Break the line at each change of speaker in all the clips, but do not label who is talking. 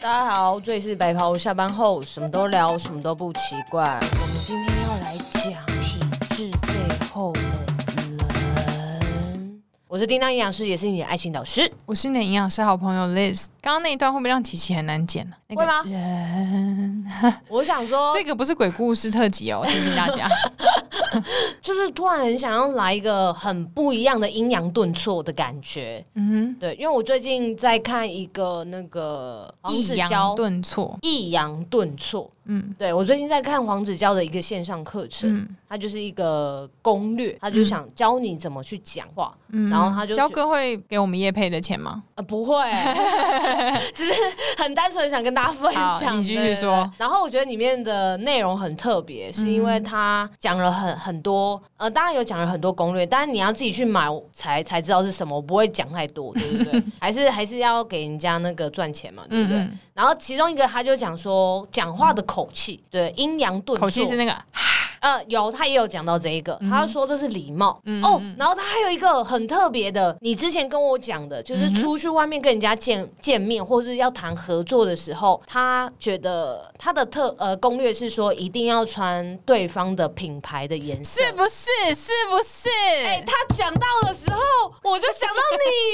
大家好，这里是白袍。下班后什么都聊，什么都不奇怪。我们今天要来讲体制背后的人。我是叮当营养师，也是你的爱情导师。
我是你的营养师好朋友 Liz。刚刚那一段会不会让琪琪很难剪呢、啊那
会吗哦
个人，
我想说，
这个不是鬼故事特辑哦，提醒大 家。
就是突然很想要来一个很不一样的阴阳顿挫的感觉。
嗯
对，因为我最近在看一个那个
哼，
黄
抑
子
扬
佼。
顿挫。
抑扬顿挫，
嗯
对我最近在看黄子佼的一个线上课程，
嗯
他就是一个攻略，他就是想教你怎么去讲话，
嗯
然后他就
焦哥会给我们叶配的钱吗？
呃，不会， 只是很单纯想跟大家分
好
享。
你继续
对
说。嗯
然后我觉得里面的内容很特别，是因为他讲了很很多，呃，当然有讲了很多攻略，但是你要自己去买才才知道是什么。我不会讲太多，对不对？ 还是还是要给人家那个赚钱嘛，对不对？
嗯
然后其中一个他就讲说，讲话的口气，对，阴阳顿
嗯，
挫，
口气是那个
呃，有他也有讲到这一个，他说这是礼貌、哦。然后他还有一个很特别的，你之前跟我讲的，就是出去外面跟人家见见面，或是要谈合作的时候，他觉得他的特呃攻略是说一定要穿对方的品牌的颜色。
是不是？是不是？。
哎、他讲到的时候，我就想到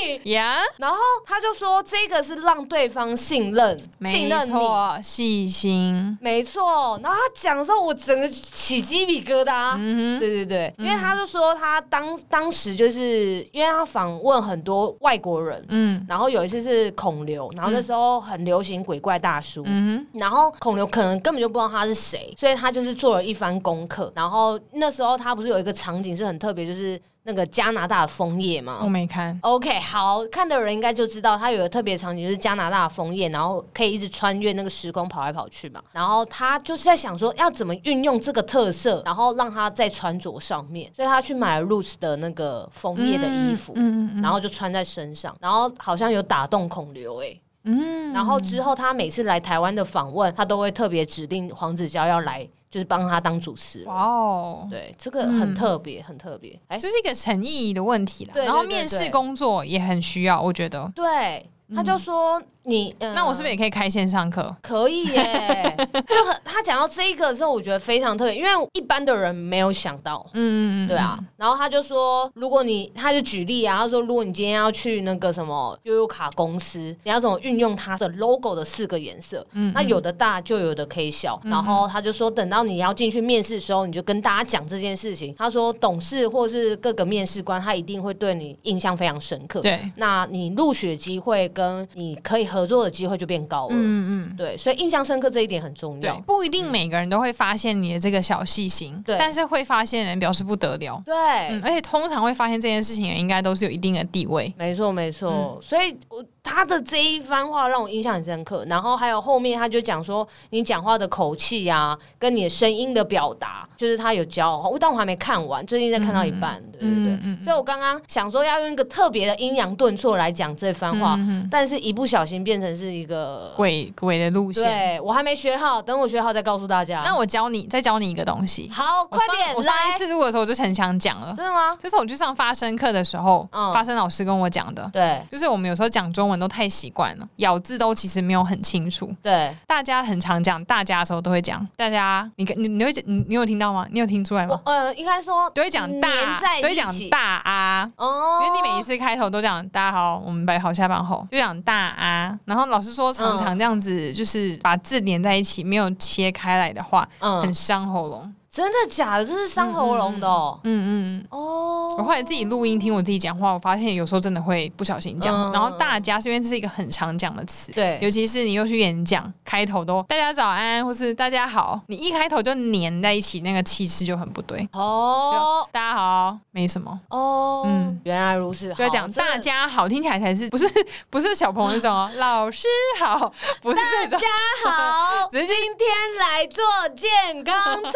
你
呀、
然后他就说，这个是让对方信任，信
没
任你。
错，细心。
没错，然后他讲的时候，我整个起鸡皮疙瘩。
嗯
对对对，因为他就说他当当时就是因为他访问很多外国人，
嗯
然后有一次是孔刘，然后那时候很流行鬼怪大叔，
嗯
然后孔刘可能根本就不知道他是谁，所以他就是做了一番功课。然后那时候他不是有一个场景是很特别，就是那个加拿大的枫叶嘛，
哼，我没看。
OK，好看的人应该就知道，他有个特别场景，就是加拿大的枫叶，然后可以一直穿越那个时空跑来跑去嘛。然后他就是在想说，要怎么运用这个特色，然后让他在穿着上面。所以他去买了 Rose 的那个枫叶的衣服，
嗯
然后就穿在身上，然后好像有打动孔刘诶、
嗯
然后之后他每次来台湾的访问，他都会特别指定黄子佼要来，就是帮他当主持人。
哇哦，
对，这个很特别，很特别。哎，
就是一个诚意的问题啦。
对对
然后
对
面
对
试工作也很需要，我觉得。
对，他就说你，呃
嗯那我是不是也可以开线上课？
可以耶，就很他讲到这一个的时候，我觉得非常特别，因为一般的人没有想到，
嗯嗯嗯，
对啊。然后他就说，如果你他就举例啊，他说如果你今天要去那个什么悠悠卡公司，你要怎么运用它的 logo 的四个颜色？那有的大就有的可以小。然后他就说，等到你要进去面试的时候，你就跟大家讲这件事情。他说，董事或是各个面试官，他一定会对你印象非常深刻。
对，
那你录取的机会跟你可以合作的机会就变高了。
嗯嗯。
对，所以印象深刻这一点很重
对
要，。
不一定每个人都会发现你的这个小细心，
嗯对
但是会发现的人表示不得了，
对，
嗯，而且通常会发现这件事情的人应该都是有一定的地位，
没错没错。
嗯
所以我他的这一番话让我印象很深刻。然后还有后面他就讲说，你讲话的口气啊，跟你的声音的表达，就是他有骄傲。但我还没看完，最近在看到
嗯
一半，对对对。所以我刚刚想说要用一个特别的阴阳顿挫来讲这番话，
嗯
但是一不小心变成是一个。
鬼鬼的路线。
呃对啊我还没学好，等我学好再告诉大家。
那我教你，再教你一个东西，
好，
我
快
上
点
我上一
来！
次录的时候我就很想讲了，
真的吗？
这是我去上发声课的时候，
嗯
发声老师跟我讲的，
对
就是我们有时候讲中文都太习惯了，咬字都其实没有很清楚。
对，
大家很常讲大家的时候都会讲大家，你跟你你会你你有听到吗？你有听出来
我
吗？
呃，应该说
都会讲大
粘在，一起
都会讲大啊。
哦，
因为你每一次开头都讲大家好，我们白好下班后就讲大啊，然后老师说
嗯
常常这样子就是把字连在一起，没有切开来的话，很
嗯，
伤喉咙。
真的假的？这是伤喉咙的哦。
嗯嗯，
哦，
我后来自己录音听我自己讲话，我发现有时候真的会不小心讲。
嗯
然后大家是因为这是一个很常讲的词，尤
对
其是你又去演讲，开头都大家早安或是大家好，你一开头就粘在一起，那个气势就很不对。
哦
大家好，没什么，
哦，
嗯
原来如此，
就要讲
好这
大家好，听起来才是不是 不是小朋友那种 哦，老师好，不是这
大
种，
家好，
直接
今天来做健康 操。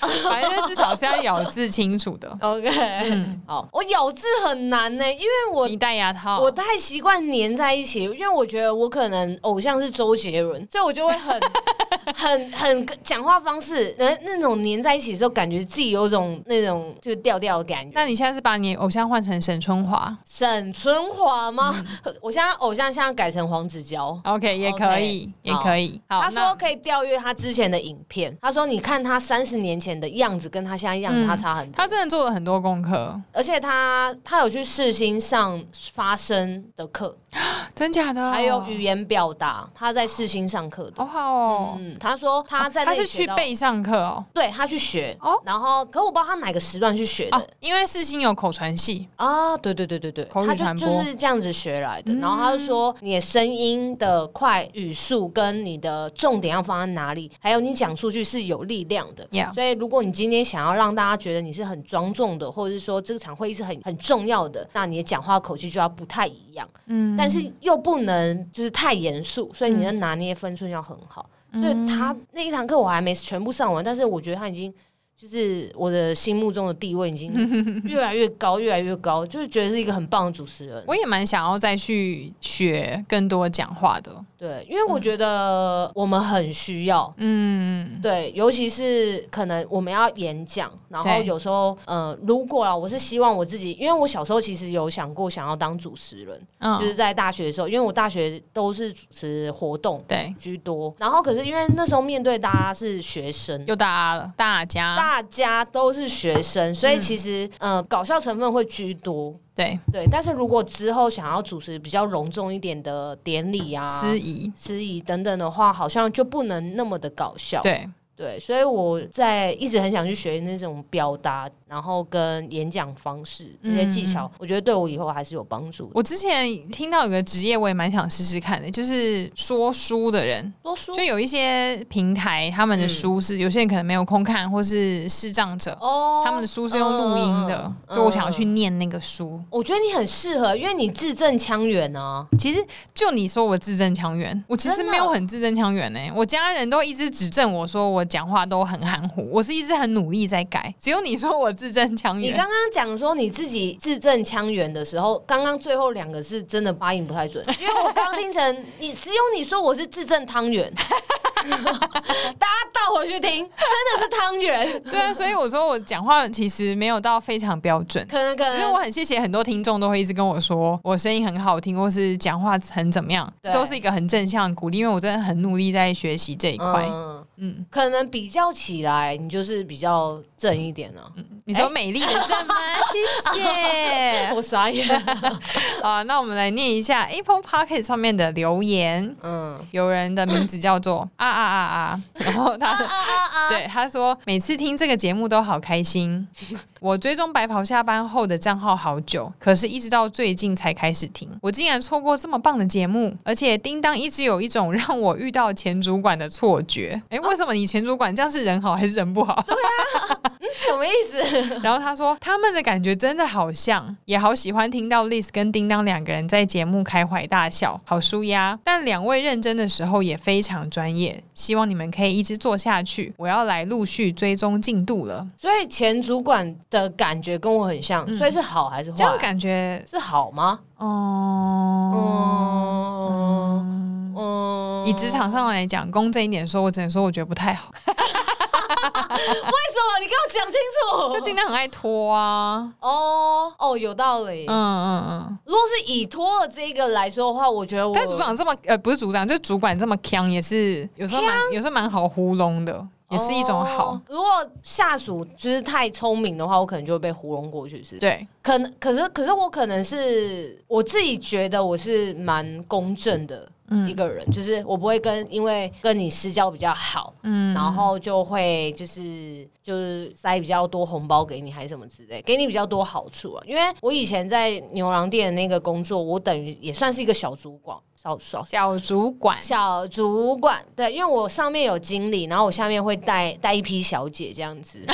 反正就至少是要咬字清楚的。嗯
OK，好，我咬字很难呢，因为我
你戴牙套，
我 太习惯粘在一起，因为我觉得我可能偶像是周杰伦，所以我就会很很很讲话方式，那那种粘在一起的时候，感觉自己有种那种就调调的感觉。
那你现在是把你偶像换成沈春华
沈春华吗？
嗯
我现在偶像现在改成黄子佼。
？OK，也可以也可以。好，
他
那
说可以调阅他之前的影片，他说你看他三十年前的样子跟他现在样子，
嗯
他差很多。
他真的做了很多功课，
而且他他有去世新上发声的课，
真假的？哦
还有语言表达，他在世新上课的。
好好哦。
嗯，他说他在、
他是去，背上课哦。
对他去学，
哦
然后可我不知道他哪个时段去学的
哦，因为世新有口传系，
啊对对对对对，
口语
他就
传播
就是这样子学来的。然后他就说你的声音的快语速跟你的重点要放在哪里，还有你讲出去是有力量的。
Yeah
所以如果你今天想要让大家觉得你是很庄重的，或者是说这场会议是很很重要的，那你的讲话口气就要不太一样。
嗯，
但是又不能就是太严肃，所以你的拿捏分寸要很好。所
嗯
以他那一堂课我还没全部上完，但是我觉得他已经就是我的心目中的地位已 经越来越高，越来越高，就是觉得是一个很棒的主持人。
我也蛮想要再去学更多讲话的。
对，因为我觉得我们很需要。
嗯，
对，尤其是可能我们要演讲，然后
对
有时候，呃，如果啊，我是希望我自己，因为我小时候其实有想过想要当主持人，
嗯，
就是在大学的时候，因为我大学都是主持活动，
对，
居多。然后可是因为那时候面对大家是学生。
又大家了，大家
大家都是学生，所以其实、
嗯
呃搞笑成分会居多，
对
对。但是如果之后想要主持比较隆重一点的典礼啊、
司仪，
司仪等等的话，好像就不能那么的搞笑，
对，
对。所以我在一直很想去学那种表达，然后跟演讲方式这些技巧，
嗯
我觉得对我以后还是有帮助的。
我之前听到有个职业，我也蛮想试试看的，就是说书的人，
多说
就有一些平台他
嗯
们的书是、有些人可能没有空看，或是视障者，
哦
他们的书是用录音的，
嗯嗯嗯
就我想要去念那个书。
我觉得你很适合，因为你字正腔圆啊。
其实就你说我字正腔圆，我其实
真的
没有很字正腔圆呢、欸我家人都一直指正我说我讲话都很含糊，我是一直很努力在改。只有你说我字正腔
你
圆
刚，刚讲说你自己字正腔圆的时候，刚刚最后两个是真的发音不太 准，因为我刚刚听成你只有你说我是字正汤圆， 大家倒回去听，真的是汤圆，
对啊，所以我说我讲话其实没有到非常标准。
可能可
只是我
能
很谢谢很多听众都会一直跟我说我声音很好听，或是讲话很怎么样，
对
这都是一个很正向的鼓励，因为我真的很努力在学习这一块。
嗯，
嗯，
可能比较起来，你就是比较正一点啊呢、
你说美丽的正吗？谢
啊。
谢。
我傻眼，
啊，那我们来念一下 Apple Pocket 上面的留言。
嗯，
有人的名字叫 做啊啊啊啊，然后他的对他说每次听这个节目都好开心。我追踪白袍下班后的账号好久，可是一直到最近才开始听，我竟然错过这么棒的节目，而且叮当一直有一种让我遇到前主管的错觉。诶，为什么你前主管这样是人好还是人不好？
什么意思？
然后他说他们的感觉真的好像，也好喜欢听到 Liz 跟叮当两个人在节目开怀大笑，好舒压。但两位认真的时候也非常专业，希望你们可以一直做下去。我要来陆续追踪进度了，
所以前主管的感觉跟我很像，所以是好还是坏？
这样感觉，嗯
是好吗？
哦、
嗯嗯
以职场上来讲，公正一点说，我只能说我觉得不太好。
为什么？你跟我讲
就
清楚。
叮当很爱拖啊，
哦哦，有道理。
嗯嗯嗯。
如果是以托尔这个来说的话，我觉得我
但组长这么呃，不是组长，就是主管这么强，也是有时候蛮有时候蛮好糊弄的，也是一种好。
哦如果下属就是太聪明的话，我可能就会被糊弄过去，是？。
对，
可能，可是，可是我可能是我自己觉得我是蛮公正的
嗯
一个人，就是我不会跟因为跟你私交比较好，
嗯
然后就会就是就是塞比较多红包给你，还是什么之类，给你比较多好处啊。因为我以前在牛郎店的那个工作，我等于也算是一个小主管，小小
小主管，
小主管， 对，因为我上面有经理，然后我下面会带带一批小姐这样子。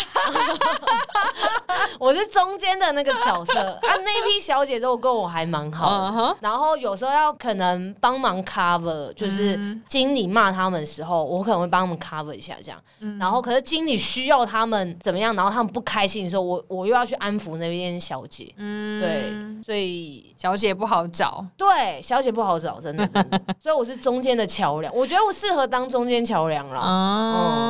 我是中间的那个角色啊。那一批小姐都跟我还蛮好的，
嗯哼，
然后有时候要可能帮忙 cover，就是
嗯
经理骂他们的时候，我可能会帮他们 cover 一下这样。
嗯
然后可是经理需要他们怎么样，然后他们不开心的时候，我我又要去安抚那边小姐。对，所以
嗯小姐不好找，
对小姐不好找，真的， 真的所以我是中间的桥梁，我觉得我适合当中间桥梁啦。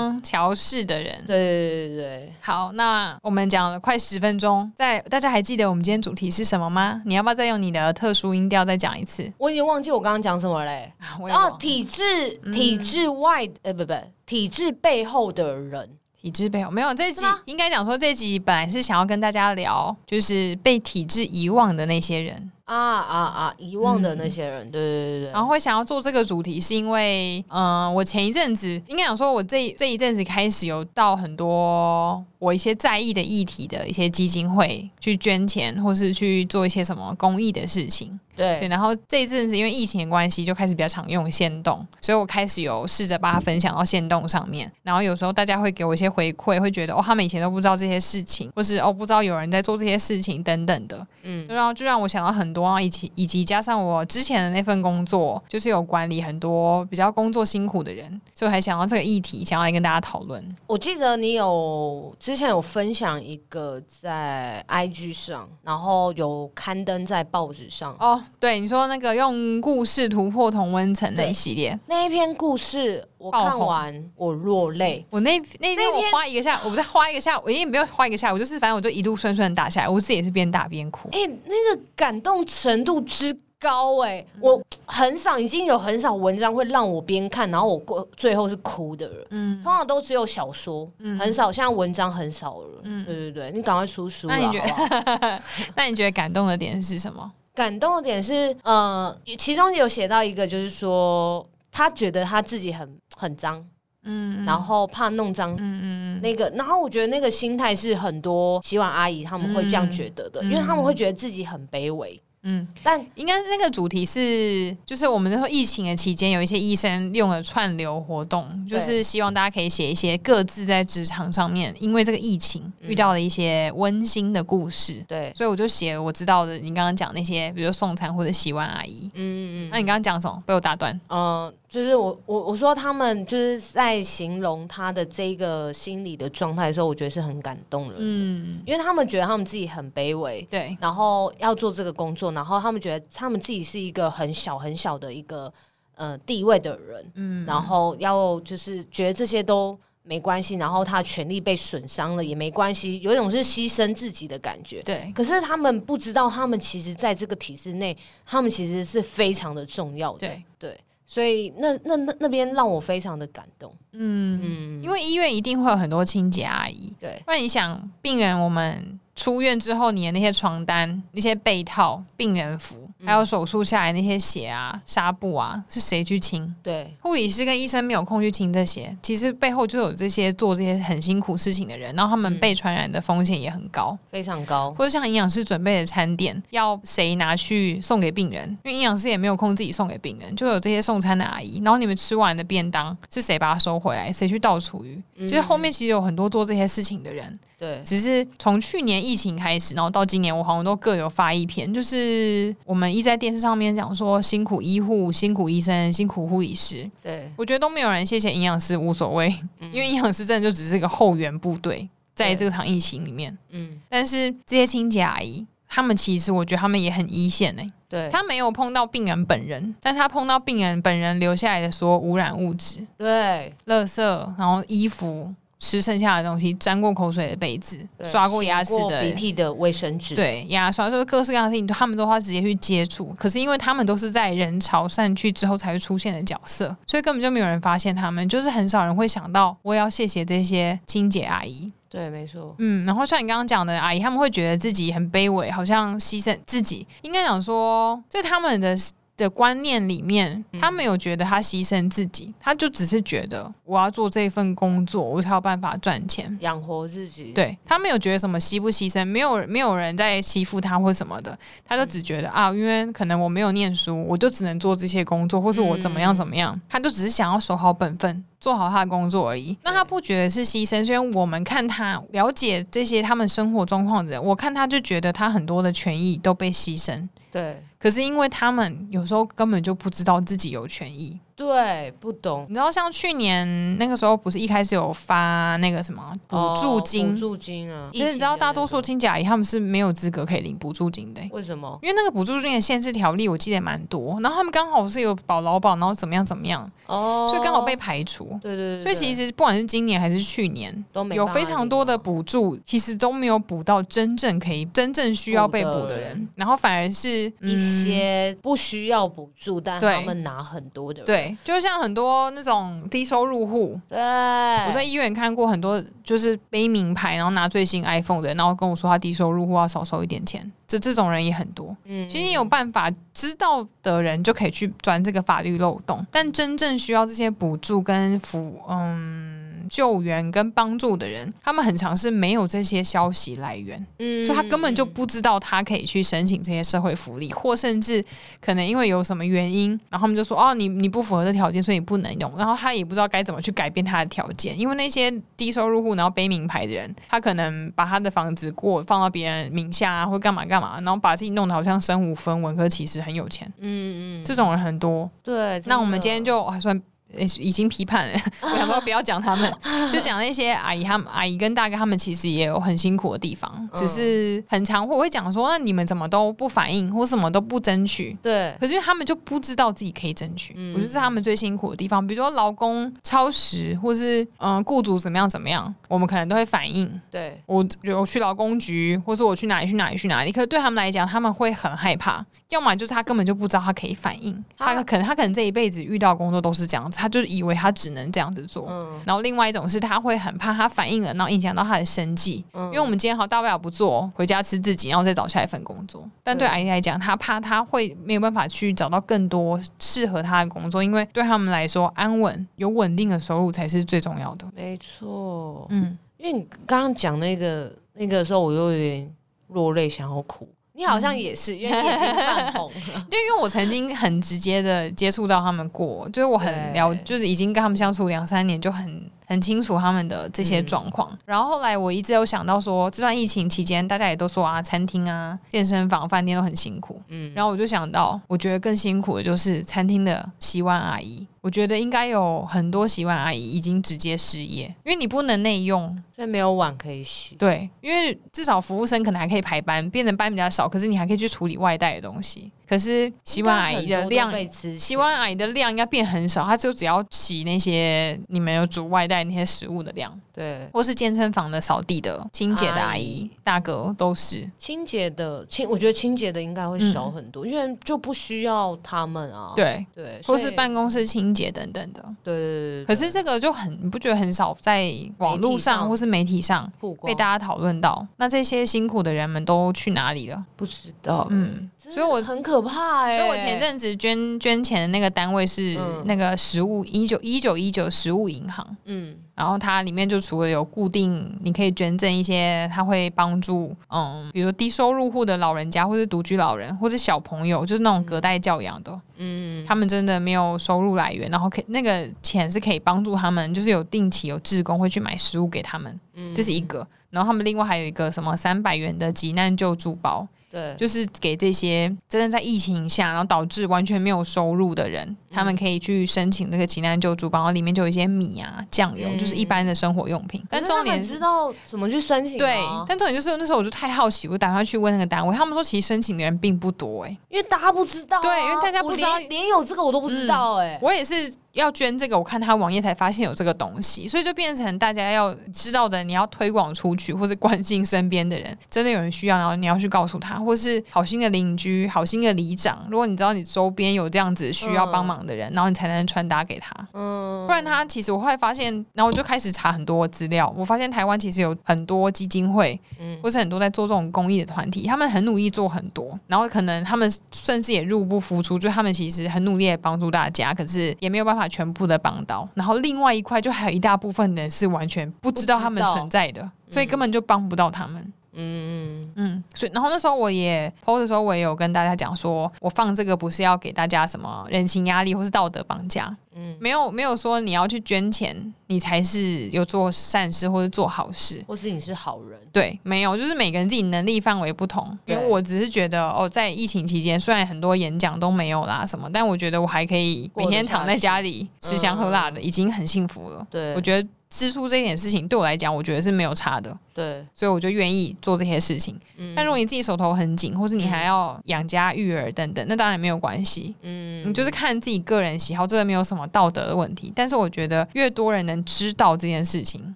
嗯，乔氏的人。
对对对对对，
好，那我们讲了快十分钟，在大家还记得我们今天主题是什么吗？你要不要再用你的特殊音调再讲一次？
我已经忘记我刚刚讲什么嘞。
啊我也忘嗯
哦
了，
体制体制外，呃，不不，体制背后的人。
体制背后没有这一集
是吗，
应该讲说这一集本来是想要跟大家聊，就是被体制遗忘的那些人，
啊啊啊！遗忘的那些人，对对对对
嗯然后会想要做这个主题，是因为，嗯、我前一阵子应该讲说，我这这一阵子开始有到很多我一些在意的议题的一些基金会去捐钱，或是去做一些什么公益的事情。对，
对，
然后这一阵子因为疫情的关系，就开始比较常用限动，所以我开始有试着把它分享到限动上面。然后有时候大家会给我一些回馈，会觉得哦，他们以前都不知道这些事情，或是哦不知道有人在做这些事情等等的。
嗯
然后啊就让我想到很多，啊，以及以及加上我之前的那份工作，就是有管理很多比较工作辛苦的人，所以我还想到这个议题，想要来跟大家讨论。
我记得你有之前有分享一个在 IG 上，然后有刊登在报纸上
哦，对，你说那个用故事突破同温层那一系列，
那一篇故事，我
爆
看
红
完我落泪。
我那那天
那
我
天
花一个下，我不是花一个下，我也没有花一个下，我就是反正我就一路顺顺地打下来，我自己也是边打边 哭。
哎、那个感动程度之高、哎，
嗯
我很少已经有很少文章会让我边看，然后我过最后是哭的了。
嗯，
通常都只有小说，很少，现在文章很少了。对对对，你赶快出书啦，
嗯那你觉得
好不好？
那你觉得感动的点是什么？
感动的点是，呃，其中有写到一个，就是说他觉得他自己很很脏，
嗯，
然后怕弄脏。
嗯嗯
那个，然后我觉得那个心态是很多洗碗阿姨他们会这样觉得的，因
嗯
为他们会觉得自己很卑微。
嗯，
但
应该是那个主题是，就是我们那时候疫情的期间，有一些医生用了串流活动，
对
就是希望大家可以写一些各自在职场上面因为这个疫情
嗯
遇到了一些温馨的故事，
对，
所以我就写我知道的，你刚刚讲那些，比如说送餐或者洗碗阿姨。
嗯嗯
那你刚刚讲什么？被我打断。
嗯、呃，就是我我我说他们就是在形容他的这个心理的状态的时候，我觉得是很感动人的，
嗯，
因为他们觉得他们自己很卑微，
对，
然后要做这个工作，然后他们觉得他们自己是一个很小很小的一个呃地位的人，
嗯，
然后要就是觉得这些都没关系，然后他的权利被损伤了也没关系，有一种是牺牲自己的感觉。
对，
可是他们不知道，他们其实在这个体制内，他们其实是非常的重要的。
对，
所以那那那那边让我非常的感动。
嗯，
嗯，
因为医院一定会有很多清洁阿姨，
对
不然你想，病人我们出院之后，你的那些床单、那些被套、病人服，还有手术下来那些血啊、纱布啊，是谁去清？
对
护理师跟医生没有空去清这些，其实背后就有这些做这些很辛苦事情的人，然后他们
嗯
被传染的风险也很高。
非常高。
或者像营养师准备的餐点，要谁拿去送给病人？因为营养师也没有空自己送给病人，就有这些送餐的阿姨。然后你们吃完的便当是谁把它收回来？谁去倒厨余？就是后面其实有很多做这些事情的人，
对，
只是从去年疫情开始，然后到今年，我好像都各有发一篇，就是我们一直在电视上面讲说辛苦医护、辛苦医生、辛苦护理师，
对，
我觉得都没有人谢谢营养师，无所谓，因为营养师真的就只是个后援部队，在
对
这场疫情里面。
嗯，
但是这些清洁阿姨，他们其实我觉得他们也很一线哎、
对，
他没有碰到病人本人，但他碰到病人本人留下来的所有污染物质、
对，
垃圾，然后衣服、吃剩下的东西、沾过口水的杯子、
对
刷过牙齿
擤
的
鼻涕的卫生纸，
对牙刷，就是各式各样的事情，他们都要直接去接触。可是因为他们都是在人潮散去之后才会出现的角色，所以根本就没有人发现他们，就是很少人会想到我也要谢谢这些清洁阿姨。
对，没错，
嗯，然后像你刚刚讲的阿姨，他们会觉得自己很卑微，好像牺牲自己，应该讲说，在他们的的观念里面，他没有觉得他牺牲自己，他就只是觉得我要做这份工作，我才有办法赚钱。
养活自己。，
嗯对他没有觉得什么牺不牺牲，没有没有人在欺负他或什么的，他就只觉得啊，因为可能我没有念书，我就只能做这些工作，或是我怎
嗯
么样怎么样，他就只是想要守好本分。做好他的工作而已，那他不觉得是牺牲。虽然我们看他了解这些他们生活状况的人，我看他就觉得他很多的权益都被牺牲。
对，
可是因为他们有时候根本就不知道自己有权益，
对，不懂。
你知道，像去年那个时候不是一开始有发那个什么补助
哦
金
补，助金啊！
可是你知道，大多数
疫情
亲甲乙他们是没有资格可以领补助金的
的
欸、
那个为什么？
因为那个补助金的限制条例我记得蛮多，然后他们刚好是有保劳保，然后怎么样怎么样，
哦，
所以刚好被排除。
对对对，
所以其
实
实不管是今年还是去年，
都没
有
办法
非常多的
领啊
补助，其实都没有补到真正可以真正需要被补
补
的
的
人，然后反而是、嗯、
一些不需要补助，但
对
他们拿很多的人，
对，就像很多那种低收入户，
对，
我
我
在医院看过很多就是背名牌，然后拿最新 iPhone 的，然后跟我说他低收入户要少收一点钱，这这种人也很多。
嗯
其实你有办法知道的人，就可以去钻这个法律漏洞。但真正需要这些补助跟服嗯救援跟帮助的人，他们很常是没有这些消息来源，
嗯
所以他根本就不知道他可以去申请这些社会福利，或甚至可能因为有什么原因，然后他们就说哦，你你不符合这条件，所以你不能用。然后他也不知道该怎么去改变他的条件，因为那些低收入户，然后背名牌的人，他可能把他的房子过放到别人名下啊，或干嘛干嘛，然后把自己弄得好像身无分文，可是其实很有钱。
嗯嗯，
这种人很多。
对。
那我
真的哦
们今天就还算。诶已经批判了，我想说不要 讲他们，就讲那些阿姨他们、阿姨跟大哥他们其实也有很辛苦的地方，只是
嗯
很常会会讲说，那你们怎么都不反应，或什么都不争取，
对
可是因为他们就不知道自己可以争取，我觉得是他们最辛苦的地方。比如说劳工超时，或是嗯雇主怎么样怎么样，我们可能都会反应。
对
我有去劳工局，或是我去哪里去哪里去哪里，可是对他们来讲，他们会很害怕。要么就是他根本就不知道他可以反应，他
啊
可能他可能这一辈子遇到工作都是这样子，他就以为他只能这样子做。
嗯
然后另外一种是他会很怕他反应了，然后影响到他的生计，
嗯
因为我们今天好大不了不做，回家吃自己，然后再找下一份工作。但对
对
阿姨来讲，她怕她会没有办法去找到更多适合她的工作，因为对他们来说，安稳有稳定的收入才是最重要的。
没错，
嗯，
因为你刚刚讲那个那个时候，我又有点落泪，想要哭。你好
嗯
像也是，因为你眼睛泛红 了。
就因为我曾经很直接的接触到他们过，就是我很
对
了，就是已经跟他们相处两三年，就很很清楚他们的这些
嗯
状况。然后后来我一直有想到说，这段疫情期间，大家也都说啊，餐厅啊、健身房、饭店都很辛苦。
嗯，
然后我就想到，我觉得更辛苦的就是餐厅的洗碗阿姨。我觉得应该有很多洗碗阿姨已经直接失业，因为你不能内用，
所以没有碗可以洗。
对，因为至少服务生可能还可以排班，变成班比较少，可是你还可以去处理外带的东西。可是洗碗阿姨
应该
的
很多都
量，
被吃起，
洗碗阿姨的量应该变很少，她就只要洗那些你们有煮外带那些食物的量，
对
或是健身房的扫地的清洁的阿
阿
姨
姨、
大哥都是。
清洁的清，我觉得清洁的应该会少很多，因为就不需要他们啊。
嗯对，
对，所
或
以
是办公室清洁等等的，
对对对对对，
可是这个就很，你不觉得很少在网络
媒体
上
上
或是媒体上
曝光
被大家讨论到？那这些辛苦的人们都去哪里了？
不知道，
嗯，
真
所
的
以我
很可怕哎、
所以我前阵子捐捐钱的那个单位是
嗯
那个食物一九一九一九食物银行，
嗯
然后它里面就除了有固定你可以捐赠一些，它会帮助嗯，比如低收入户的老人家，或是独居老人，或者小朋友，就是那种隔代教养的，
嗯，
他们真的没有收入来源，然后可以那个钱是可以帮助他们，就是有定期有志工会去买食物给他们，这是一
嗯
个。然后他们另外还有一个什么三百元的急难救助包，
对，
就是给这些真的在疫情下，然后导致完全没有收入的人，他
嗯
们可以去申请这个急难救助包，然后里面就有一些米啊、酱油，
嗯
就是一般的生活用品。但
可是他
重点
们知道怎么去申请、
对
啊，，
但重点就是那时候我就太好奇，我打算去问那个单位，他们说其实申请的人并不多、欸，
因为大家不知道啊、
对因为大家
我
不知道
连连有这个我都不知道哎、
我也是要捐这个，我看他网页才发现有这个东西，所以就变成大家要知道的，你要推广出去，或是关心身边的人，真的有人需要，然后你要去告诉他，或是好心的邻居、好心的里长，如果你知道你周边有这样子需要帮忙的人，然后你才能传达给他。
嗯
不然他其实我后来发现，然后我就开始查很多资料，我发现台湾其实有很多基金会，
嗯
或是很多在做这种公益的团体，他们很努力做很多，然后可能他们甚至也入不敷出，就他们其实很努力的帮助大家，可是也没有办法全部的帮到。然后另外一块就还有一大部分人是完全不知道他们
不知道
存在的，所以根本就帮不到他们。
嗯嗯
嗯，所以然后那时候我也 PO 的时候，我也有跟大家讲说，我放这个不是要给大家什么人情压力或是道德绑架，
嗯，
没有没有说你要去捐钱，你才是有做善事或者做好事。
或是你是好人，
对，没有，就是每个人自己能力范围不同。因为
对
我只是觉得，哦，在疫情期间，虽然很多演讲都没有啦什么，但我觉得我还可以每天躺在家里
过得下去嗯
吃香喝辣的，已经很幸福了。
对
我觉得支出这一点事情对我来讲，我觉得是没有差的，
对，
所以我就愿意做这些事情。
嗯
但如果你自己手头很紧，或是你还要养家育儿等等，那当然没有关系。
嗯
你就是看自己个人喜好，这个没有什么道德的问题。但是我觉得越多人能知道这件事情，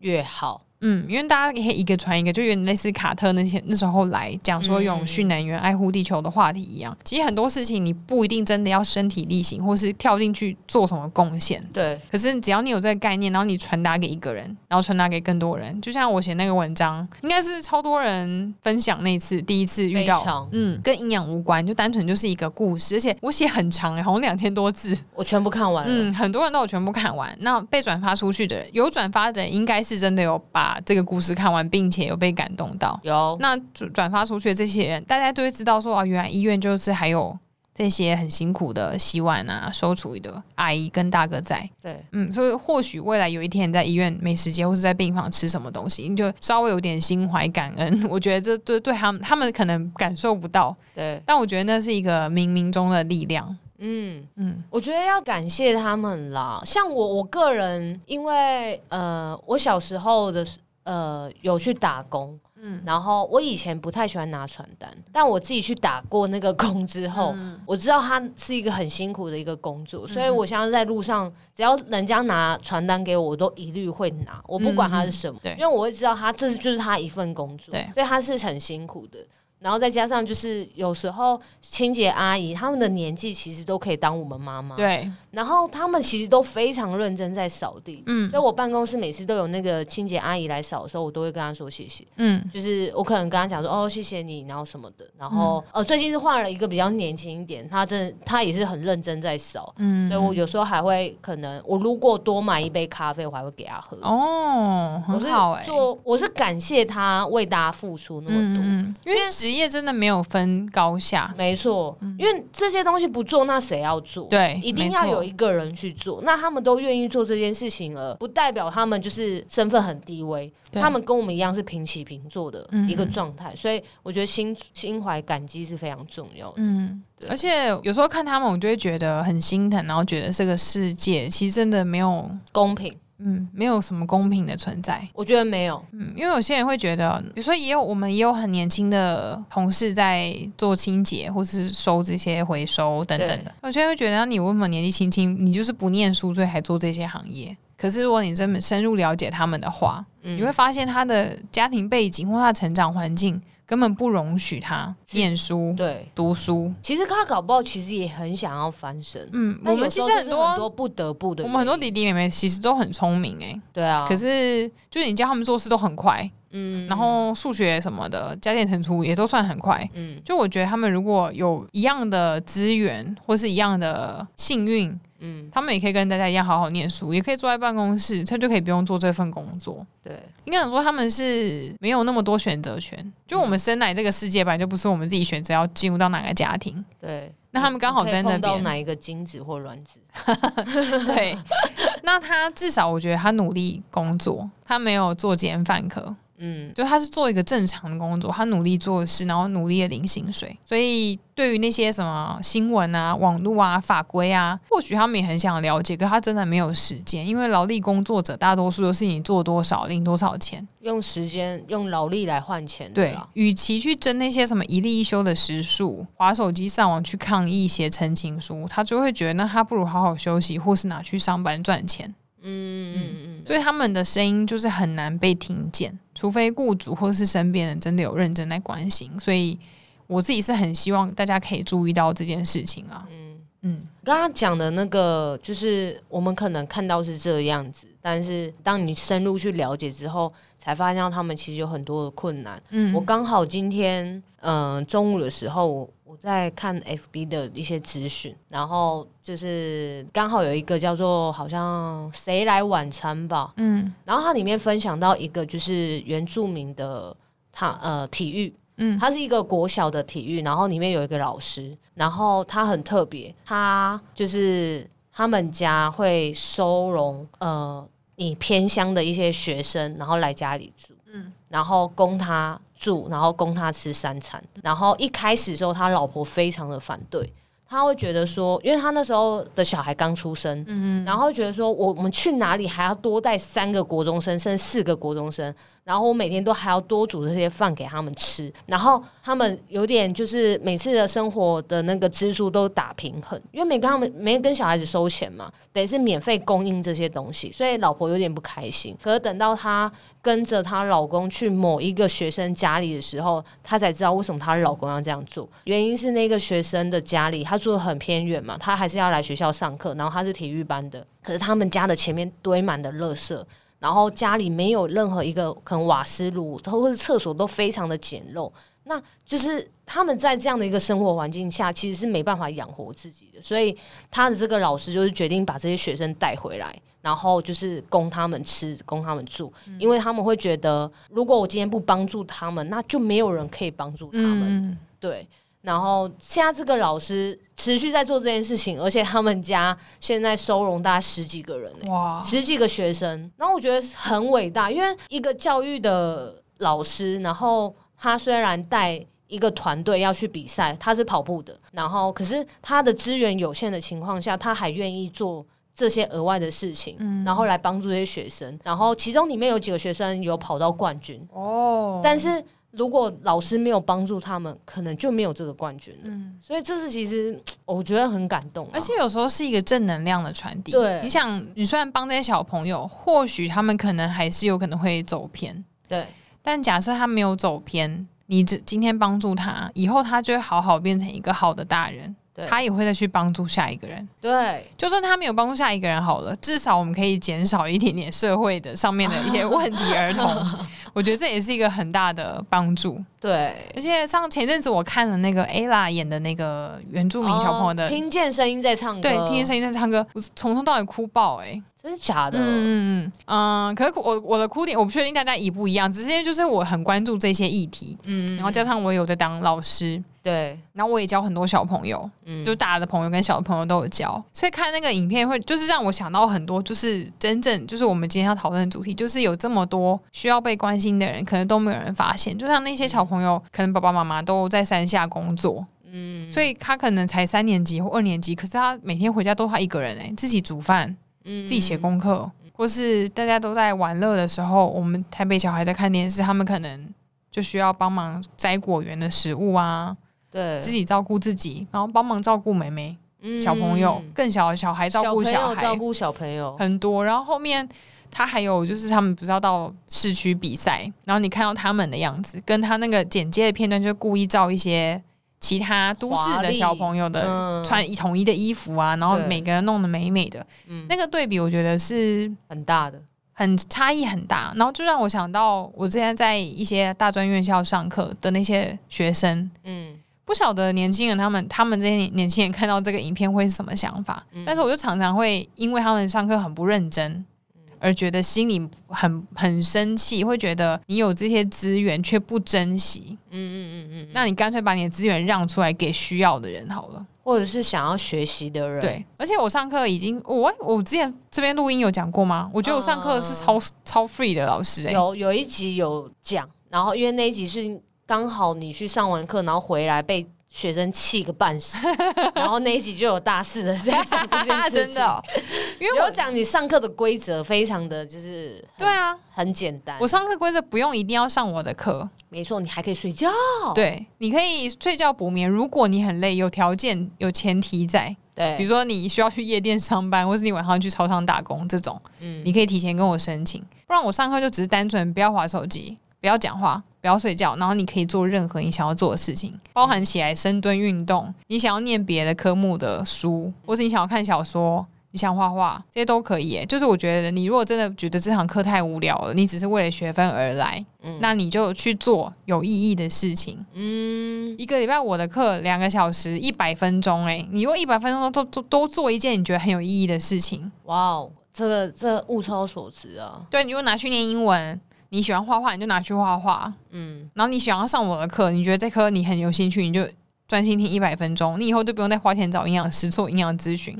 越好，
嗯，因为大家可以一个传一个，就有点类似卡特那些那时候来讲说
嗯
永续能源、爱护地球的话题一样。其实很多事情你不一定真的要身体力行，或是跳进去做什么贡献。
对，
可是只要你有这个概念，然后你传达给一个人，然后传达给更多人，就像我写那个文章，应该是超多人分享那次第一次遇
非
到，
常，
嗯，跟营养无关，就单纯就是一个故事，而且我写很长、欸，好像两千多字，
我全部看完了，
嗯，很多人都有全部看完。那被转发出去的人，有转发的人应该是真的有把这个故事看完，并且有被感动到。
有，
那转转发出去的这些人，大家都会知道说啊，原来医院就是还有这些很辛苦的洗碗啊、收厨的阿姨跟大哥在。
对，
嗯，所以或许未来有一天你在医院美食街或是在病房吃什么东西，你就稍微有点心怀感恩。我觉得这对对他们，他们可能感受不到，
对，
但我觉得那是一个冥冥中的力量。
嗯。
嗯
我觉得要感谢他们啦。像我，我个人因为呃，我小时候的时呃有去打工，嗯，然后我以前不太喜欢拿传单，但我自己去打过那个工之后，我知道它是一个很辛苦的一个工作，所以我现在在路上，只要人家拿传单给我，我都一律会拿，我不管它是什么，
嗯嗯对
因为我会知道它这就是他一份工作，
对
所以他是很辛苦的。然后再加上就是有时候清洁阿姨他们的年纪其实都可以当我们妈妈，
对，
然后他们其实都非常认真在扫地，
嗯
所以我办公室每次都有那个清洁阿姨来扫的时候，我都会跟她说谢谢。
嗯
就是我可能跟她讲说哦谢谢你，然后什么的。然后、
嗯
呃最近是换了一个比较年轻一点，她真的她也是很认真在扫，
嗯
所以我有时候还会可能我如果多买一杯咖啡，我还会给她喝。
哦，
我
很
是
好哎、
做我是感谢她为大家付出那么多。
嗯，因为职业真的没有分高下，
没错，因为这些东西不做，那谁要做？
嗯对
一
没
定
错
要有一个人去做。那他们都愿意做这件事情了，不代表他们就是身份很低微，
对
他们跟我们一样是平起平坐的
嗯
一个状态。所以我觉得心心怀感激是非常重要的。
嗯，而且有时候看他们，我就会觉得很心疼，然后觉得这个世界其实真的没有，
公平，
嗯，没有什么公平的存在。
我觉得没有，
嗯，因为有些人会觉得，比如说也有我们也有很年轻的同事在做清洁，或是收这些回收等等的。有些人会觉得，你为什么年纪轻轻，你就是不念书，所以还做这些行业？可是如果你真的深入了解他们的话，
嗯
你会发现他的家庭背景或他的成长环境根本不容许他念书、
对。
读书。
其实他搞不好其实也很想要翻身。
嗯，
但
我
有
们
时
其
候
实
就是
很
很
多，
多不得不的
我
原因，
们很多弟弟妹妹其实都很聪明哎、
对啊，
可是就是你叫他们做事都很快，
嗯
然后数学什么的加减乘除也都算很快。
嗯
就我觉得他们如果有一样的资源或是一样的幸运，
嗯，
他们也可以跟大家一样好好念书，也可以坐在办公室，他就可以不用做这份工作。
对
应该讲说他们是没有那么多选择权，就我们生来这个世界本来就不是我们自己选择要进入到哪个家庭，
对。
那他们刚好
嗯你可以
在那
碰到
边
哪一个精子或卵子？
对，那他至少我觉得他努力工作，他没有作奸犯科，
嗯，
就他是做一个正常的工作，他努力做事，然后努力的领薪水。所以对于那些什么新闻啊、网络啊、法规啊，或许他们也很想了解，可他真的没有时间，因为劳力工作者大多数都是你做多少领多少钱。
用时间用劳力来换钱的
对
啦，，
与其去争那些什么一例一休的时数，划手机上网去抗议、写陈情书，他就会觉得那他不如好好休息，或是拿去上班赚钱。
嗯嗯嗯，
所以他们的声音就是很难被听见，除非雇主或是身边人真的有认真在关心。所以我自己是很希望大家可以注意到这件事情啊。嗯嗯，
刚刚讲的那个，就是我们可能看到是这样子，但是当你深入去了解之后，才发现到他们其实有很多的困难。嗯，我刚好今天嗯、呃中午的时候，我我在看 FB 的一些资讯，然后就是刚好有一个叫做好像谁来晚餐吧，嗯，然后它里面分享到一个就是原住民的他呃体育，嗯，它是一个国小的体育，然后里面有一个老师，然后他很特别，他就是他们家会收容呃你偏乡的一些学生，然后来家里住，嗯，然后供他住，然后供他吃三餐，然后一开始的时候，他老婆非常的反对。他会觉得说，因为他那时候的小孩刚出生，嗯，然后觉得说，我我们去哪里还要多带三个国中生，甚至四个国中生，然后我每天都还要多煮这些饭给他们吃，然后他们有点就是每次的生活的那个支出都打平衡，因为没跟他们没跟小孩子收钱嘛，得是免费供应这些东西，所以老婆有点不开心。可是等到她跟着她老公去某一个学生家里的时候，她才知道为什么她老公要这样做，原因是那个学生的家里他住的很偏远嘛，他还是要来学校上课，然后他是体育班的，可是他们家的前面堆满了垃圾，然后家里没有任何一个可能瓦斯炉或是厕所都非常的简陋，那就是他们在这样的一个生活环境下，其实是没办法养活自己的。所以他的这个老师就是决定把这些学生带回来，然后就是供他们吃，供他们住，因为他们会觉得，如果我今天不帮助他们，那就没有人可以帮助他们。
嗯，
对，然后现在这个老师持续在做这件事情，而且他们家现在收容大概十几个人、欸，
哇，
十几个学生，然后我觉得很伟大，因为一个教育的老师，然后他虽然带一个团队要去比赛，他是跑步的，然后可是他的资源有限的情况下，他还愿意做。这些额外的事情，
嗯
然后来帮助这些学生，然后其中里面有几个学生有跑到冠军，
哦，
但是如果老师没有帮助他们，可能就没有这个冠军了。所以这是其实我觉得很感动啊、
嗯而且有时候是一个正能量的传递。
对
你想，你虽然帮这些小朋友，或许他们可能还是有可能会走偏，
对
但假设他没有走偏，你只今天帮助他，以后他就会好好变成一个好的大人，
对
他也会再去帮助下一个人。
对，
就算他没有帮助下一个人好了，至少我们可以减少一点点社会的上面的 一些问题儿童。我觉得这也是一个很大的帮助。
对，
而且上前阵子我看了那个 Ella 演的那个原住民小朋友的，
哦听见声音在唱歌，
对，听见声音在唱歌，我从头到尾哭爆哎、
真的假的？
嗯嗯嗯，可是我我的哭点我不确定大家一不一样，只是因为就是我很关注这些议题，
嗯，
然后加上我有在当老师，
对，
然后我也教很多小朋友，
嗯
就大的朋友跟小的朋友都有教，所以看那个影片会就是让我想到很多，就是真正就是我们今天要讨论的主题，就是有这么多需要被关心的人，可能都没有人发现，就像那些小朋友，可能爸爸妈妈都在山下工作，嗯，所以他可能才三年级或二年级，可是他每天回家都他一个人哎、自己煮饭，
嗯
自己写功课，或是大家都在玩乐的时候，我们台北小孩在看电视，他们可能就需要帮忙摘果园的食物啊，
嗯对
自己照顾自己，然后帮忙照顾妹妹、
嗯
小朋友，更小的小孩照
小
顾
朋
小
友
孩
照顾小朋友，
很多。然后后面他还有就是他们不是要到市区比赛，然后你看到他们的样子，跟他那个剪接的片段就故意照一些。其他都市
华
的
丽
小朋友的
嗯
呃穿一统一的衣服啊，然后
对
每个人弄得美美的，
嗯
那个对比我觉得是
很大的，
很差异很大，然后就让我想到我之前在一些大专院校上课的那些学生，
嗯
不晓得年轻人他们他们这些年年轻人看到这个影片会是什么想法，但是我就常常会因为他们上课很不认真。而觉得心里很很生气，会觉得你有这些资源却不珍惜，
嗯嗯嗯嗯，
那你干脆把你的资源让出来给需要的人好了。
或者是想要学习的人，，
对，而且我上课已经我我之前这边录音有讲过吗？我觉得我上课是超、超 free 的老师哎、
有有一集有讲，然后因为那一集是刚好你去上完课，然后回来被学生气个半 死，然后那一集就有大四的在讲这件事情，
真的哦、因为
有
我
讲你上课的规则，非常的就是很
对啊，
很简单
我，上课规则不用一定要上我的课，
没错，你还可以睡觉，
对，你可以睡觉补眠。如果你很累，有条件有前提在，比
对，
如说你需要去夜店上班，或是你晚上去操场打工这种，
嗯
你可以提前跟我申请。不然我上课就只是单纯不要划手机，不要讲话，不要睡觉，然后你可以做任何你想要做的事情，包含起来深蹲运动，你想要念别的科目的书，或是你想要看小说。你想画画，这些都可以耶。就是我觉得，你如果真的觉得这堂课太无聊了，你只是为了学分而来，
嗯
那你就去做有意义的事情。
嗯，
一个礼拜我的课两个小时，一百分钟，哎，你用一百分钟都都都做一件你觉得很有意义的事情。
哇哦，这个这个物超所值啊，
对，你就拿去念英文，你喜欢画画你就拿去画画，
嗯，
然后你想要上我的课，你觉得这科你很有兴趣，你就专心听一百分钟，你以后就不用再花钱找营养师做营养咨询，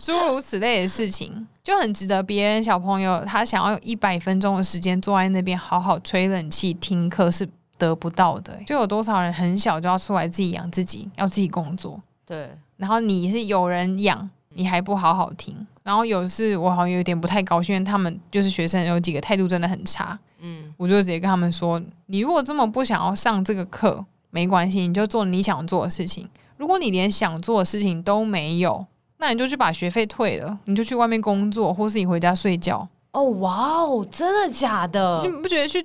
诸如此类的事情，就很值得别人小朋友他想要有一百分钟的时间坐在那边好好吹冷气听课是。得不到的、欸就有多少人很小就要出来自己养自己，要自己工作，
对，
然后你是有人养，你还不好好听。然后有一次我好像有点不太高兴，因为他们就是学生有几个态度真的很差，
嗯
我就直接跟他们说：你如果这么不想要上这个课，没关系，你就做你想做的事情。如果你连想做的事情都没有，那你就去把学费退了，你就去外面工作，或是你回家睡觉。
哦，哇哦，真的假的
你？不觉得去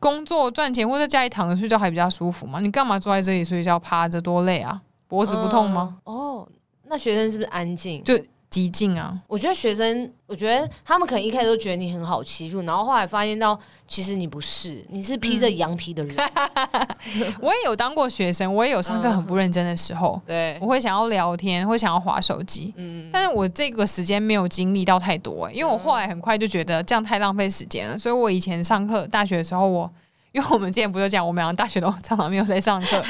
工作赚钱，或在家里躺着睡觉还比较舒服吗？你干嘛坐在这里睡觉，趴着多累啊？脖
脖
子不痛吗？？
哦，那学生是不是安静？
就极尽啊！
我觉得学生，我觉得他们可能一开始都觉得你很好欺负，然后后来发现到其实你不是，你是披着羊皮的人。
我也有当过学生，我也有上课很不认真的时候，
对，
我会想要聊天，会想要划手机。
嗯，
但是我这个时间没有经历到太多、欸因为我后来很快就觉得这样太浪费时间了，所以我以前上课大学的时候我。 因为我们之前不就讲，我们两个大学都常常没有在上课，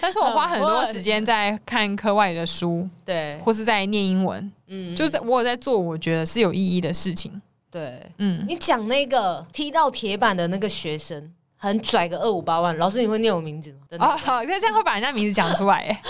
但是我花很多时间在看课外的书，
对，
或是在念英文，
嗯，
就是我有在做我觉得是有意义的事情。
对。
嗯，
你讲那个踢到铁板的那个学生，很拽个二五八万，老师你会念我名字吗？真的
哦，好，那这样会把人家名字讲出来、哎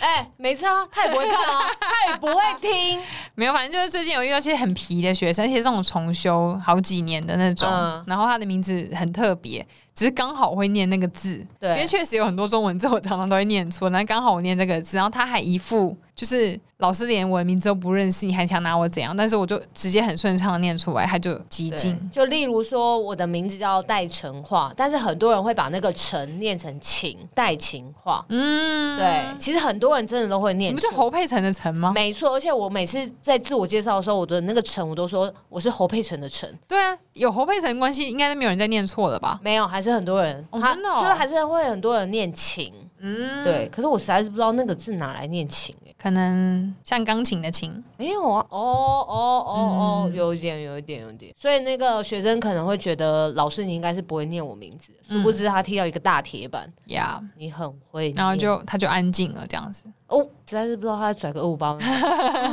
哎、没差，他也不会看啊，他也不会听。
没有，反正就是最近有遇到一些很皮的学生，而且是这种重修好几年的那种，
嗯
然后他的名字很特别，只是刚好我会念那个字，因为
对，
确实有很多中文字我常常都会念错，但刚好我念这个字，然后他还一副就是老师连我的名字都不认识，你还想拿我怎样？但是我就直接很顺畅的念出来，他就极
对
尽，
就例如说，我的名字叫戴晨化，但是很多人会把那个晨念成晴，戴晴化。
嗯，
对，，其实很多人真的都会
你
念
不
错。
是侯佩岑的岑吗？
没错，而且我每次在自我介绍的时候，我的那个陈我都说我是侯佩岑的陈，
对啊，有侯佩岑的关系，应该是没有人再念错了吧？
没有，还是很多人，
哦
他
真的哦
就是还是会很多人念琴，
嗯，
对，可是我实在是不知道那个字哪来念琴、欸，
可能像钢琴的琴，
没有啊，哦哦
嗯
哦哦，有一点，有一点，有一点，所以那个学生可能会觉得老师你应该是不会念我名字，殊不
嗯
知他踢到一个大铁板，
呀、
你很会念，
然后就他就安静了，这样子。
哦，实在是不知道他在拽个二五八，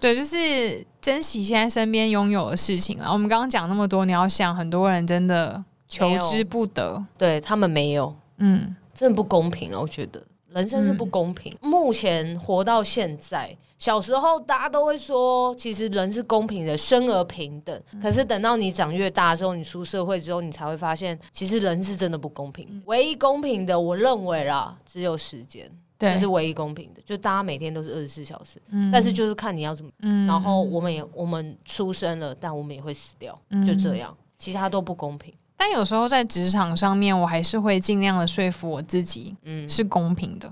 对，就是珍惜现在身边拥有的事情啊。我们刚刚讲那么多，你要想，很多人真的求之不得。
对他们没有，
嗯，
真的不公平啊！我觉得人生是不公平。目前活到现在，小时候大家都会说，其实人是公平的，生而平等。
嗯
可是等到你长越大之后，你出社会之后，你才会发现，其实人是真的不公平。
嗯
唯一公平的，我认为啦，只有时间。
对
这是唯一公平的，就大家每天都是二十四小时，
嗯
但是就是看你要怎么。
嗯
然后我们也我们出生了，但我们也会死掉，
嗯
就这样，其他都不公平。
但有时候在职场上面，我还是会尽量的说服我自己
嗯，
是公平的，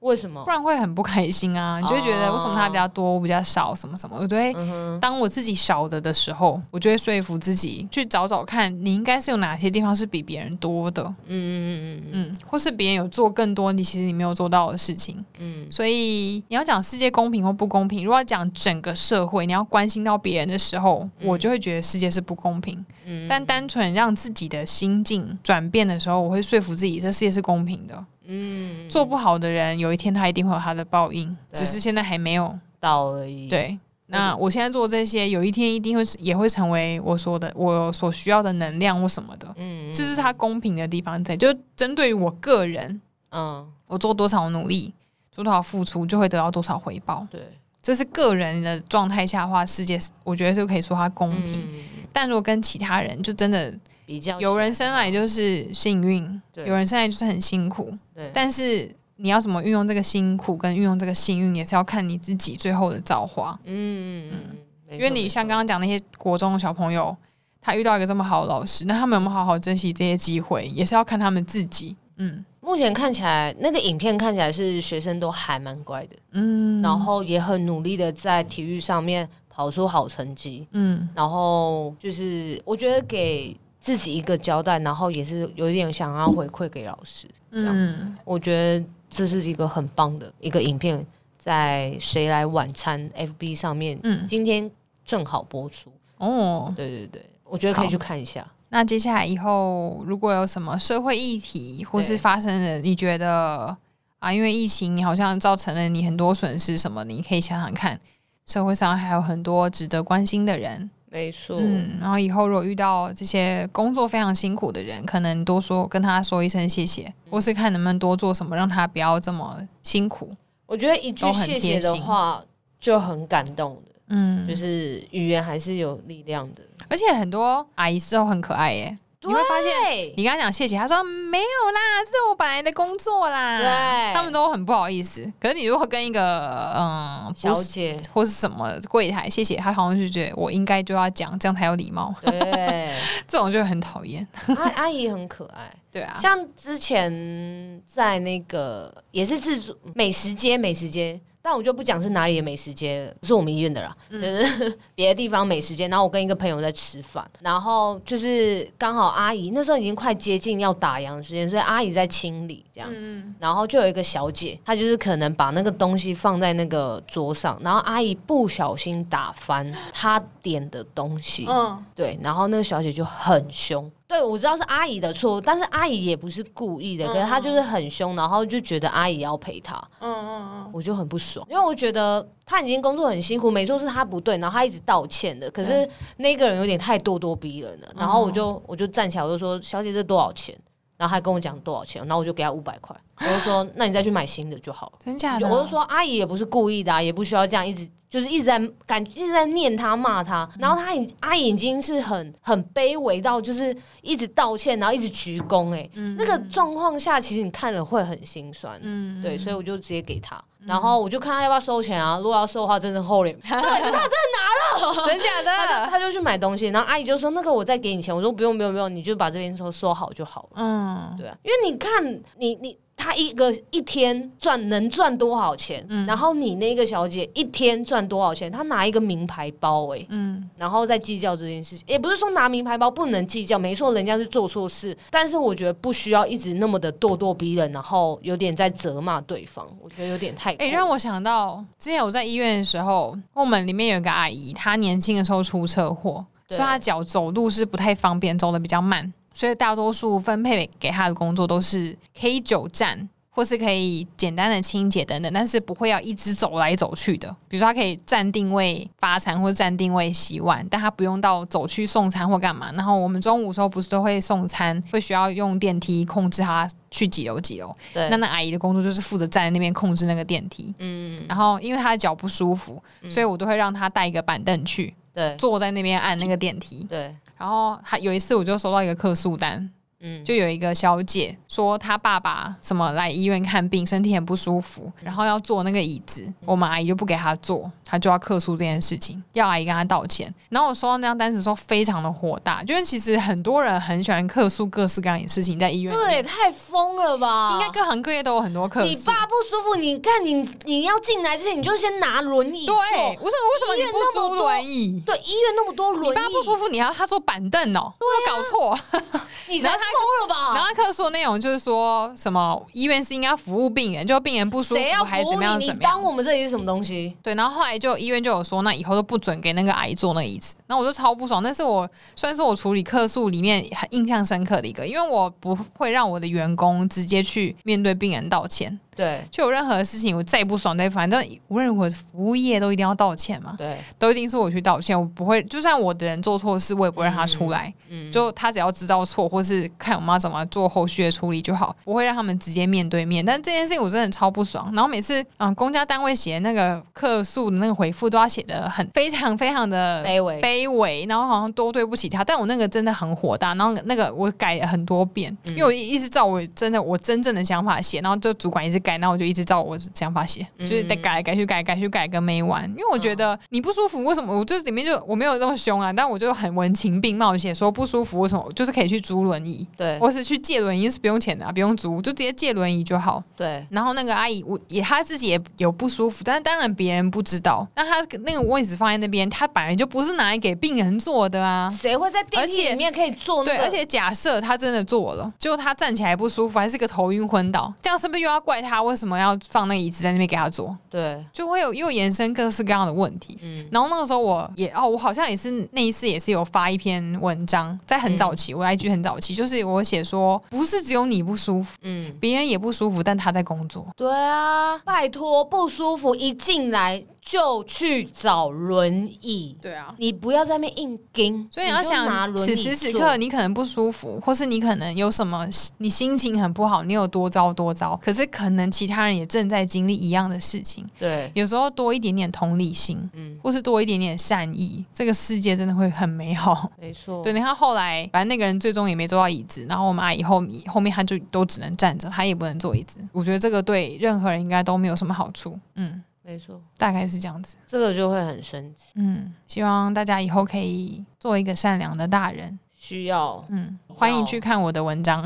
为什么
不？然会很不开心啊。你就会觉得为什么他比较多，我比较少，什么什么，我就会。
嗯哼。
当我自己少的的时候，我就会说服自己去找找看，你应该是有哪些地方是比别人多的，
嗯嗯嗯嗯
嗯，或是别人有做更多你其实你没有做到的事情，
嗯，
所以你要讲世界公平或不公平，如果要讲整个社会，你要关心到别人的时候，我就会觉得世界是不公平。
嗯
但单纯让自己的心境转变的时候，我会说服自己这世界是公平的，
嗯嗯，
做不好的人，有一天他一定会有他的报应，
对嗯
只是现在还没有。
到而已。，
对，那我现在做这些，有一天一定会也会成为我说的我所需要的能量或什么的。
嗯
这是它公平的地方在，就针对于我个人，
嗯，
我做多少努力，做多少付出，就会得到多少回报。
对，
这是个人的状态下的话，世界是我觉得就可以说它公平。
嗯，
但如果跟其他人，就真的
比较
有人
起
生来就是幸运，
对
有人生来就是很辛苦，
对，
但是你要怎么运用这个辛苦跟运用这个幸运，也是要看你自己最后的造化。
嗯嗯嗯，没
因为
错
你
没
像
错
刚刚讲那些国中的小朋友，他遇到一个这么好的老师，那他们有没有好好珍惜这些机会，也是要看他们自己。嗯
目前看起来，那个影片看起来是学生都还蛮乖的，
嗯
然后也很努力的在体育上面跑出好成绩，
嗯，
然后就是我觉得给自己一个交代，然后也是有一点想要回馈给老师，这样
嗯，
我觉得这是一个很棒的一个影片，在谁来晚餐 FB 上面，
嗯
今天正好播出，
哦，
对对对，我觉得可以
好
去看一下，
那接下来以后如果有什么社会议题或是
对
发生了，你觉得啊，因为疫情你好像造成了你很多损失什么，你可以想想看，社会上还有很多值得关心的人，
没错
嗯，然后以后如果遇到这些工作非常辛苦的人，可能多说跟他说一声谢谢，
嗯
或是看能不能多做什么，让他不要这么辛苦。
我觉得一句
都很
谢
贴
谢的
心
话就很感动的。
嗯，
就是语言还是有力量的。
而且很多阿姨是都很可爱耶，你会发现，
对
你跟他讲谢谢，他说没有啦，是我本来的工作啦。
对
他们都很不好意思。可是你如果跟一个嗯
小
不是
姐，
或是什么柜台谢谢，他好像就觉得我应该就要讲，这样才有礼貌，
对，
这种就很讨厌。
阿阿姨很可爱。
对啊，
像之前在那个也是自助美食街，美食街，但我就不讲是哪里的美食街了，不是我们医院的啦，
嗯
就是别的地方美食街。然后我跟一个朋友在吃饭，然后就是刚好阿姨那时候已经快接近要打烊的时间，所以阿姨在清理这样。
嗯
然后就有一个小姐，她就是可能把那个东西放在那个桌上，然后阿姨不小心打翻她点的东西，
嗯，
对，然后那个小姐就很凶。对，我知道是阿姨的错，但是阿姨也不是故意的，可是她就是很凶，然后就觉得阿姨要陪她，嗯嗯嗯，我就很不爽，因为我觉得她已经工作很辛苦，没错是她不对，然后她一直道歉的，可是那个人有点太咄咄逼人了，然后我就我就站起来，我就说小姐这多少钱？然后她跟我讲多少钱，然后我就给她五百块，我就说那你再去买新的就好了。
真假
就
的？啊
我就说阿姨也不是故意的、啊，也不需要这样一直就是一直在感一直在念他骂他，然后他已阿姨已经是很很卑微到就是一直道歉，然后一直鞠躬、欸，哎、那个状况下其实你看了会很心酸，
嗯，
对，所以我就直接给他，然后我就看他要不要收钱啊，如果要收的话，真的厚脸皮，
真假
他就
的？
他就去买东西，然后阿姨就说那个我再给你钱，我说不用不用不用，你就把这边收收好就好了，
嗯
对啊，因为你看你你他一个一天赚能赚多少钱，然后你那个小姐一天赚多少钱，她拿一个名牌包哎、
嗯
然后再计较这件事情，也不是说拿名牌包不能计较，没错，人家是做错事，但是我觉得不需要一直那么的咄咄逼人，然后有点在责骂对方，我觉得有点太过，
哎、让我想到之前我在医院的时候，我们里面有一个阿姨，她年轻的时候出车祸，
对
所以她脚走路是不太方便，走的比较慢，所以大多数分配给她的工作都是可以久站。或是可以简单的清洁等等，但是不会要一直走来走去的。比如说，她可以站定位发餐或者站定位洗碗，但她不用到走去送餐或干嘛。然后我们中午的时候不是都会送餐，会需要用电梯控制她去几楼几楼。
对
那那阿姨的工作就是负责站在那边控制那个电梯。
嗯
然后因为她的脚不舒服，所以我都会让她带一个板凳去
对
坐在那边按那个电梯。
对
然后她有一次我就收到一个客诉单，
嗯
就有一个小姐说她爸爸什么来医院看病，身体很不舒服，
嗯
然后要坐那个椅子，我们阿姨就不给她坐，她就要客诉这件事情，要阿姨跟她道歉。然后我收到那张单子的时候非常的火大，就是其实很多人很喜欢客诉各式各样的事情，在医院
这
里
个
面。
也太疯了吧，
应该各行各业都有很多客诉。
啊你爸不舒服，你看你你要进来之前，你就先拿轮椅
对，
坐。
我说为什么你不租轮椅？
对，医院那么多
你
轮椅，啊
爸不舒服，你还要他坐板凳哦？有没有搞错？
你
然
才
后他
疯了
然
吧？
后他课说的内容就是说什么医院是应该服务病人，就病人不舒
谁
服
要
还是
服务
怎么样
你？
怎
你
么样
当。我们这里是什么东西？
对，然后后来就医院就有说，那以后都不准给那个阿姨坐那个椅子。那我就超不爽，那是我虽然说我处理客诉里面很印象深刻的一个，因为我不会让我的员工直接去面对病人道歉，
对
就有任何事情我再不爽，再反正无论如何服务业都一定要道歉嘛，
对，
都一定是我去道歉，我不会就算我的人做错事，我也不会让他出来，
嗯，
就他只要知道错或是看我妈怎么做后续的处理就好，不会让他们直接面对面。但这件事情我真的超不爽。然后每次嗯，公家单位写那个客诉的那个回复都要写的很非常非常的
卑微。
卑微，然后好像多对不起他，但我那个真的很火大，然后那个我改了很多遍，因为我一直照我真的我真正的想法写，然后就主管一直改，然后我就一直照我想法写，就是得改来改去改来改去改个没完，因为我觉得你不舒服，为什么我这里面就我没有那么凶啊，但我就很文情并茂地写说不舒服，为什么我就是可以去租轮椅，
对
或是去借轮椅是不用钱的、啊，不用租，就直接借轮椅就好。
对，
然后那个阿姨，我也她自己也有不舒服，但是当然别人不知道。那她那个位置放在那边，她本来就不是拿来给病人坐的啊。
谁会在电
而
梯
且
里面可以坐那
对，
个？
而且假设她真的坐了，结果她站起来不舒服，还是个头晕昏倒，这样是不是又要怪她为什么要放那个椅子在那边给她坐？
对，
就会有又延伸各式各样的问题。
嗯
然后那个时候我也哦，我好像也是那一次也是有发一篇文章，在很早期，我 IG 很早期，就是我写说，不是只有你不舒服，
嗯，
别人也不舒服，但他在工作。
对啊，拜托，不舒服一进来就去找轮椅，
对啊，
你不要在那边硬盯，
所以你要
就拿
想，
轮
此
椅
时此
坐
刻你可能不舒服，或是你可能有什么，你心情很不好，你有多糟多糟。可是可能其他人也正在经历一样的事情，
对，
有时候多一点点同理心，
嗯，
或是多一点点善意，这个世界真的会很美好。
没错，
对，你看后来，反正那个人最终也没坐到椅子，然后我们阿姨后后面她就都只能站着，她也不能坐椅子。我觉得这个对任何人应该都没有什么好处，嗯，
没错，
大概是这样子。
这个就会很生气，
嗯，希望大家以后可以做一个善良的大人。
需要
嗯，欢迎去看我的文章。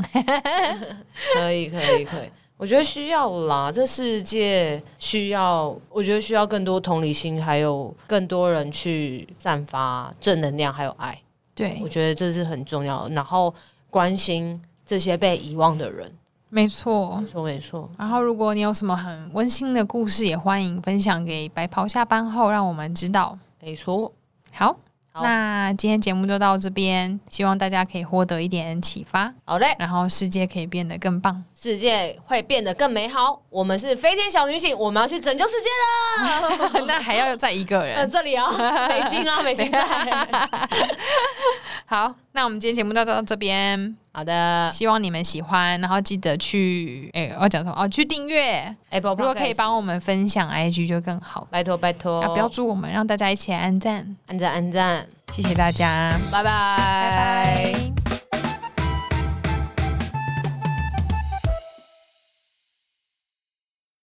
可以，可以，可以。我觉得需要啦，这世界需要，我觉得需要更多同理心，还有更多人去散发正能量，还有爱。
对
我，觉得这是很重要的。然后关心这些被遗忘的人，
没错
没。错，没错。
然后，如果你有什么很温馨的故事，也欢迎分享给白袍下班后，让我们知道。
没错，
好，
好
那今天节目就到这边，希望大家可以获得一点启发，
好嘞，
然后世界可以变得 更棒。
世界会变得更美好。我们是飞天小女警，我们要去拯救世界了。
那还要再一个
嗯，
人。
这里啊、美心啊，美心 在。
好，那我们今天节目就到这边，
好的
希望你们喜欢，然后记得去，哎、我要讲什么？哦，去订阅。
，Apple，
如果可以
Podcast
帮我们分享 IG 就更好。
哎拜托拜托，
啊，标注我们，让大家一起来按赞，
按赞按赞，
谢谢大家，
拜拜
拜拜